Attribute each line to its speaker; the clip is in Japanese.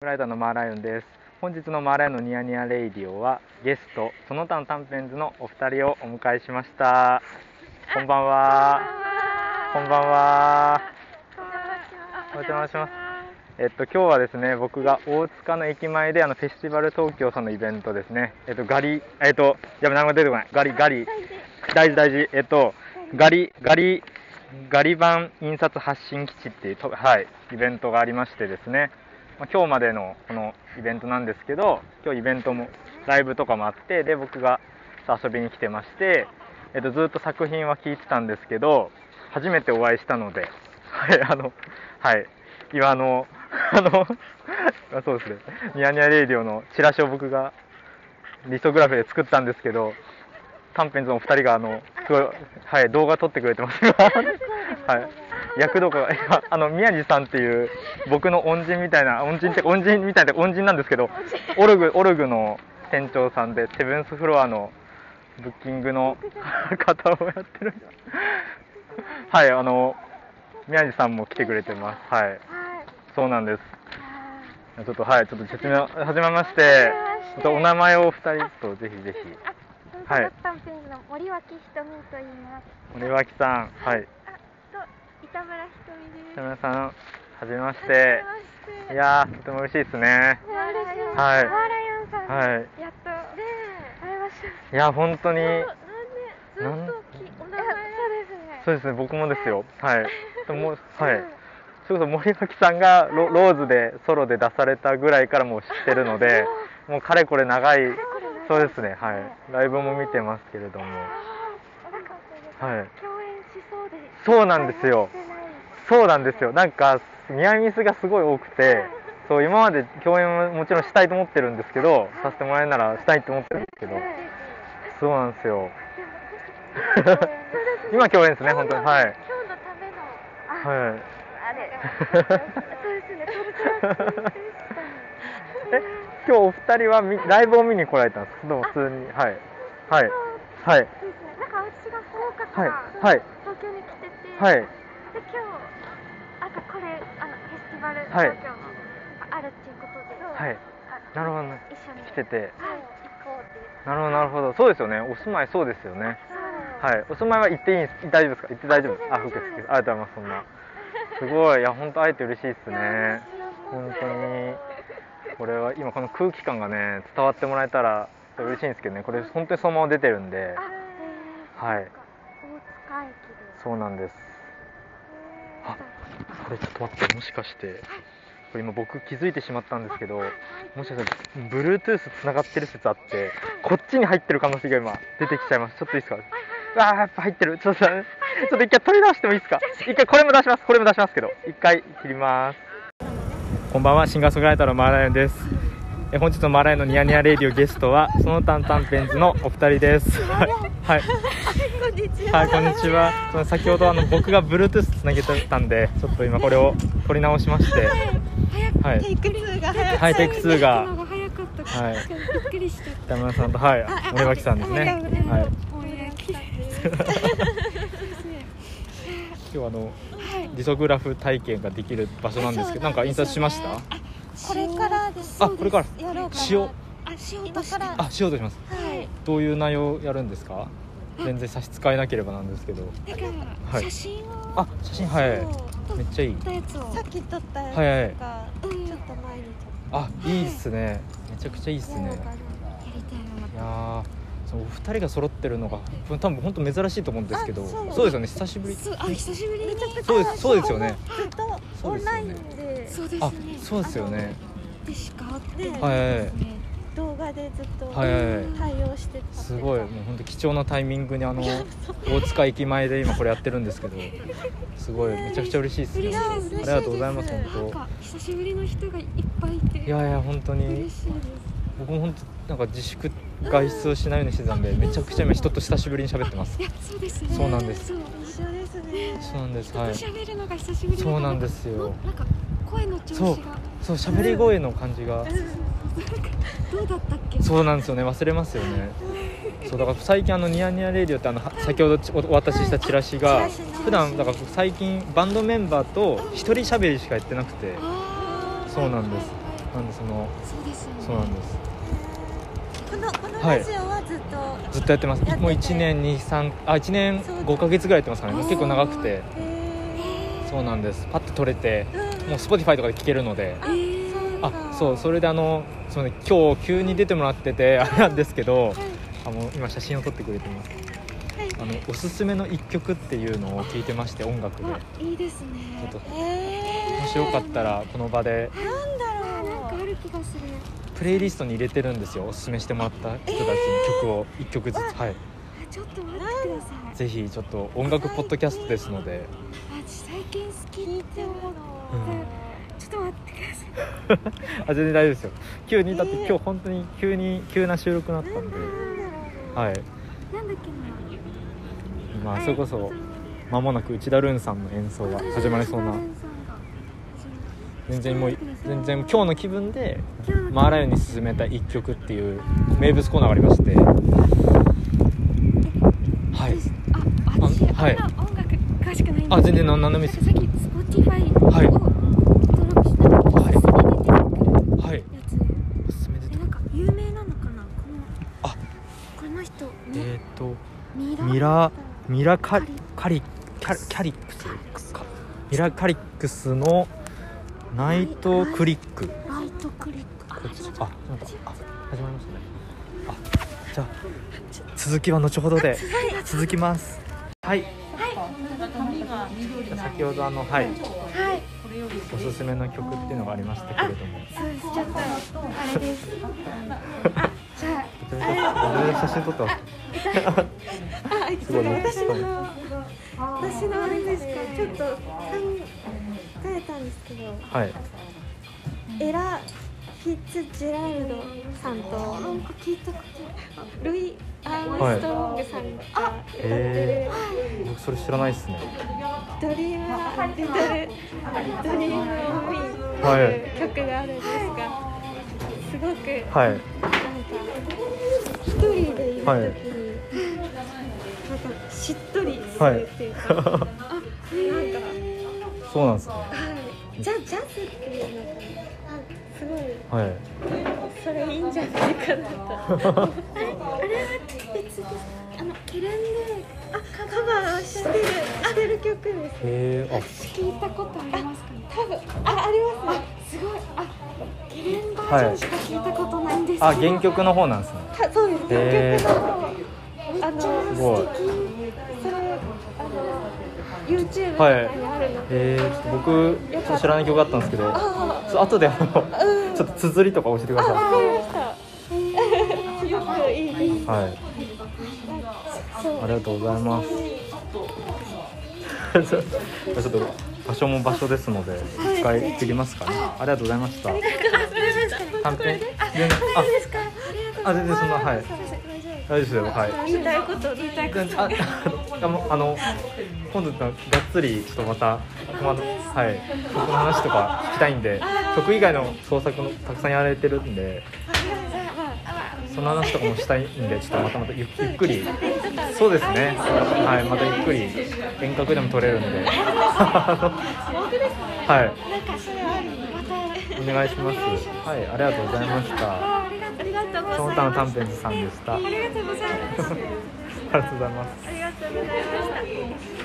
Speaker 1: ブライダーのマーライオンです本日のマーライオンのニヤニヤレイディオはゲストその他の短編図のお二人をお迎えしましたこんばんはこんばんはお邪魔しますえっと今日はですね僕が大塚の駅前であのフェスティバル東京さんのイベントですねえっとガリえっとやべ名前出てこないガリガリ大事大事えっとガリガリガリ版印刷発信基地っていうとはいイベントがありましてですねまあ今日までのこのイベントなんですけど今日イベントもライブとかもあってで僕が遊びに来てまして、えっと、ずっと作品は聞いてたんですけど初めてお会いしたのではいあのはい今あのあのあそうですねニヤニヤレイディオのチラシを僕がリソグラフで作ったんですけど短編図のお二人があのすごい、はい、動画撮ってくれてます今はい躍動感がいやあの宮地さんっていう僕の恩人みたいな恩人って恩人みたいで恩人なんですけどオルグオルグの店長さんでセブンスフロアのブッキング の方をやってるはいあの宮地さんも来てくれてますはいそうなんですちょっとはいちょっと説明を始めましてちょっとお名前をお二人とぜひぜひ
Speaker 2: はい。はい。短編の森脇ひとみと言います。
Speaker 1: 森脇さんはい
Speaker 2: あと板村ひとみです。
Speaker 1: 北
Speaker 2: は
Speaker 1: 村さんはじめまして
Speaker 2: じめまして
Speaker 1: いやーとても嬉しいですねはい
Speaker 2: マーライオンさん。
Speaker 1: はい
Speaker 2: やっと。ね会えました。
Speaker 1: いや本当に
Speaker 2: なんでずっときお名前。そ
Speaker 1: そううですね僕もですよはいでもう
Speaker 2: ですね。
Speaker 1: はいそれこそ森脇さんがロローズでソロで出されたぐらいからもう知ってるのでもうかれこれ長いそ
Speaker 2: そ
Speaker 1: うう
Speaker 2: です。
Speaker 1: ですねはいライブも見てますけれども
Speaker 2: なんか
Speaker 1: はい
Speaker 2: 共演しそうで。
Speaker 1: そうなんですよそうなんですよなんかニアミスがすごい多くてそう今まで共演ももちろんしたいと思ってるんですけどさせてもらえるならしたいと思ってるんですけどそうなんですよ 今共演ですね本当にはい
Speaker 2: 今日のための。
Speaker 1: はい
Speaker 2: あれ。そうですね。
Speaker 1: え今日お二人はみライブを見に来られたんですかどうも普通にはいはいはい
Speaker 2: そうですね。なんか私が福岡か
Speaker 1: はい
Speaker 2: ら
Speaker 1: はい
Speaker 2: 東京に来てて、
Speaker 1: はい
Speaker 2: で今日なんかこれあのフェスティバル
Speaker 1: はい
Speaker 2: 東京のあるっていうことで、
Speaker 1: はい
Speaker 2: あ
Speaker 1: なるほどね
Speaker 2: 一緒に
Speaker 1: 来てて
Speaker 2: はい行こうっていう。
Speaker 1: なるほどなるほどそうですよねお住まいそうですよね
Speaker 2: は
Speaker 1: はいお住まいは行っていいんです大丈夫ですか行って大丈夫ですあ
Speaker 2: あ
Speaker 1: オッ
Speaker 2: 全
Speaker 1: ケ
Speaker 2: 然
Speaker 1: ーオッケーありがとうございますそんなすごいいや本当会えて嬉しいですね本当にこれは今この空気感がね伝わってもらえたら嬉しいんですけどねこれ本当にそのまま出てるんで
Speaker 2: あ、
Speaker 1: はい
Speaker 2: 大塚駅で。
Speaker 1: そうなんですあこれちょっと待ってもしかしてこれ今僕気づいてしまったんですけどもしかしたら Bluetooth つながってる説あってこっちに入ってる可能性が今出てきちゃいますちょっといいですかわあやっぱ入ってるちょっとちょっと一回取り直してもいいですか一回これも出しますこれも出しますけど一回切りますこんばんはシンガーソングライターのマーライオンですえ本日のマーライオンのニヤニヤレイディオゲストはその他の短編図のお二人ですはい、はい
Speaker 2: こんにち
Speaker 1: はい、こんにちは。その先ほどあの僕が Bluetooth つなげてたんで、ちょっと今これを取り直しまして、はい、
Speaker 3: テイク2が早
Speaker 1: はい、テイク2が、
Speaker 2: が早かった。
Speaker 1: はい、
Speaker 2: びっくりした。
Speaker 1: 北村さんと、はい、森脇さんですね。はい、今日はあの、リソグラフ体験ができる場所なんですけど、なんか印刷しました
Speaker 3: これからです
Speaker 1: あ、これから、
Speaker 3: やろうか
Speaker 1: しよう
Speaker 3: な今から
Speaker 1: あ、しようとします。
Speaker 3: はい
Speaker 1: どういう内容をやるんですか全然差し支えなければなんですけど。
Speaker 3: だから
Speaker 1: はい
Speaker 3: 写真を
Speaker 1: あ、写真、は
Speaker 3: そ
Speaker 1: い。
Speaker 3: う
Speaker 1: めっちゃいい。
Speaker 3: 撮ったやつをさっき撮った
Speaker 1: はいは
Speaker 3: や
Speaker 1: い
Speaker 3: つがちょっと前に
Speaker 1: あ、いいっすね。めちゃくちゃいいっすね。
Speaker 3: やりたいない
Speaker 1: やーそのお二人が揃ってるのが多分本当珍しいと思うんですけど
Speaker 3: あそう
Speaker 1: そうですよね久しぶり
Speaker 3: そうあ久しぶりに
Speaker 1: そうですそうですよね
Speaker 3: ずっとオンラインで
Speaker 2: そうです
Speaker 1: あ
Speaker 2: ね。
Speaker 1: そうですよね
Speaker 3: でしか会っ
Speaker 1: は
Speaker 3: てないい
Speaker 1: はいはい
Speaker 3: 動画でずっと
Speaker 1: はいはいはい
Speaker 3: 対応してた
Speaker 1: すごいもう
Speaker 3: ね
Speaker 1: 本当貴重なタイミングにあの大塚駅前で今これやってるんですけどすごいめちゃくちゃ嬉しいです
Speaker 2: 嬉しい
Speaker 1: ね
Speaker 2: です
Speaker 1: ありがとうございます本
Speaker 2: なんか久しぶりの人がいっぱいいて
Speaker 1: 当いやいや本当
Speaker 2: 嬉しい
Speaker 1: に
Speaker 2: です。
Speaker 1: 僕も本当なんか自粛外出をしないようにしてたんでめちゃくちゃ今人と久しぶりに喋ってます
Speaker 2: いやそうですね。
Speaker 1: そうなんです
Speaker 2: そう。
Speaker 3: 一緒ですね
Speaker 1: そうなんですはい
Speaker 2: 喋るのが久しぶりだから
Speaker 1: そうなんですよ
Speaker 2: なんか声の調
Speaker 1: そう
Speaker 2: 子が
Speaker 1: そう喋り声の感じが
Speaker 2: どうだったっけ
Speaker 1: そうなんですよね忘れますよねそうだから最近あのニヤニヤレディオってあのは先ほどちおお渡ししたチラシが
Speaker 3: はいチラシの
Speaker 1: 普段だから僕最近バンドメンバーと一人喋りしかやってなくて
Speaker 2: あー
Speaker 1: そうなんですなんでその
Speaker 2: そうですよね
Speaker 1: そうなんです
Speaker 3: このこの
Speaker 1: はい
Speaker 3: ラジオはずっと、
Speaker 1: ずっとやってます
Speaker 3: やってて
Speaker 1: もう1年23あ1年
Speaker 3: そうです
Speaker 1: 5ヶ月ぐらいやってますからね
Speaker 2: あー
Speaker 1: 結構長くて
Speaker 3: え
Speaker 1: そうなんですパッと撮れて
Speaker 3: ーうん
Speaker 1: もう Spotify とかで聴けるので
Speaker 3: あ
Speaker 2: えー
Speaker 3: そうか
Speaker 1: あそうそれであのすみません今日急に出てもらっててあれなんですけど
Speaker 3: はい
Speaker 1: あの今写真を撮ってくれてます
Speaker 3: はい
Speaker 1: あのおすすめの1曲っていうのを聞いてまして音楽で
Speaker 2: あいいですね
Speaker 1: ちょっとも
Speaker 3: えー、
Speaker 1: しよかったらこの場で
Speaker 3: なんだろう
Speaker 2: なんかある気がする
Speaker 1: プレイリストに入れてるんですよおすすめしてもらった人たちに曲を1曲ずつはい
Speaker 2: あちょっと待ってください
Speaker 1: ぜひちょっと音楽ポッドキャストですので
Speaker 2: あ最近好きっていうも
Speaker 1: う
Speaker 2: のを、
Speaker 1: ん
Speaker 2: ちょっと待ってください
Speaker 1: あ全然大丈夫ですよ急にだって
Speaker 3: ねえ
Speaker 1: 今日本当に急に急な収録になったんで
Speaker 3: なんだろう
Speaker 1: はい
Speaker 2: なんだっけな
Speaker 1: まあそれこそ
Speaker 2: はい
Speaker 1: 間もなく内田ルンさんの演奏が始まりそうな全然もう全然今日の気分で
Speaker 2: 今日
Speaker 1: マーライオンに勧めた1曲っていう名物コーナーがありましてはい
Speaker 2: あ私
Speaker 1: あはい
Speaker 2: あんな音楽詳しくないんですけど
Speaker 1: あ全然何何でもいい
Speaker 2: なん
Speaker 1: です
Speaker 2: かさっき Spotify
Speaker 1: はい
Speaker 2: を登録したらおすすめで出てくる
Speaker 1: はい
Speaker 2: やつ
Speaker 1: おすすめで
Speaker 2: えなんか有名なのかなこの
Speaker 1: あ
Speaker 2: この人
Speaker 1: え
Speaker 2: ね
Speaker 1: っと
Speaker 2: ミラ
Speaker 1: ミラミラカカ
Speaker 2: カリ
Speaker 1: リキャキャリックスかミラカリックスのナイトクリック
Speaker 2: ライトクリックあ
Speaker 1: こっ
Speaker 2: 始
Speaker 1: ち
Speaker 2: まっ
Speaker 1: あ
Speaker 2: た
Speaker 1: なんかあ始まりましたねあじゃあ続きは後ほどで続きますはい先ほどあのはい
Speaker 2: はい
Speaker 1: おすすめの曲っていうのがありましたけれども
Speaker 2: そうですちょっとあれですあじゃあ
Speaker 1: めちゃめちゃめちゃめちゃ写真撮ってますすごいね
Speaker 3: 私の私のあれですかちょっと考えたんですけど
Speaker 1: はい
Speaker 3: エラ・フィッツジェラルドさんと
Speaker 2: なんか聞いたこと
Speaker 3: ルイ・アームストロングさんが歌ってる、
Speaker 1: へ僕それ知らないですね
Speaker 3: ドリームリトルドリームオンミ
Speaker 1: はい
Speaker 3: ーっていう曲があるんですが、すごくなんか
Speaker 1: はい
Speaker 3: 一人でいる時に、
Speaker 1: はい
Speaker 3: なんかしっとりするっていうか、なんかはい
Speaker 1: そうなんですね
Speaker 3: じゃジャズっていうのかなすごい
Speaker 1: はい
Speaker 3: それいいんじゃないかなとあれあれは別ですあのケレンデあカバーをしてるしてる曲です
Speaker 1: へえ
Speaker 2: 聞いたことありますかね
Speaker 3: 多分あありますね
Speaker 2: すごいあゲレンバージョンしか聞いたことないんですけど、
Speaker 1: ああ原曲の方なんですね
Speaker 3: たそうです
Speaker 1: へー
Speaker 3: 原曲のあの
Speaker 1: すごい
Speaker 3: それあの YouTube と
Speaker 1: はい
Speaker 3: かにあるので、
Speaker 1: えー、ちょっと僕ちょっと知らない曲があったんですけどち
Speaker 3: あ
Speaker 1: ょ後であの
Speaker 3: あうん
Speaker 1: ちょっと綴りとか教えてくだ
Speaker 3: あわ
Speaker 1: さ
Speaker 3: かりましたよくいいです
Speaker 1: いはい
Speaker 3: そう
Speaker 1: ありがとうございます ちょっと場所も場所ですので一回行ってきますかねありがとうございました短編全然ああ全然そんなはい大丈夫ですよはい
Speaker 3: 言いたいこと言いたいこと
Speaker 1: ああのあの今度がっつりちょっとまたまはい曲の話とか聞きたいんで曲以外の創作のたくさんやられてるんでその話とかもしたいんでちょっとまたまたゆっゆっくりそうですねはいまたゆっくり遠隔でも撮れるんで はい
Speaker 2: なんかそれはありまた
Speaker 1: お願いしますはいありがとうございました
Speaker 2: ありがとうありがとうございます
Speaker 1: その他の短編さんでしたあ
Speaker 2: ありがとうございます
Speaker 1: りがとうございます
Speaker 2: ありがとうございました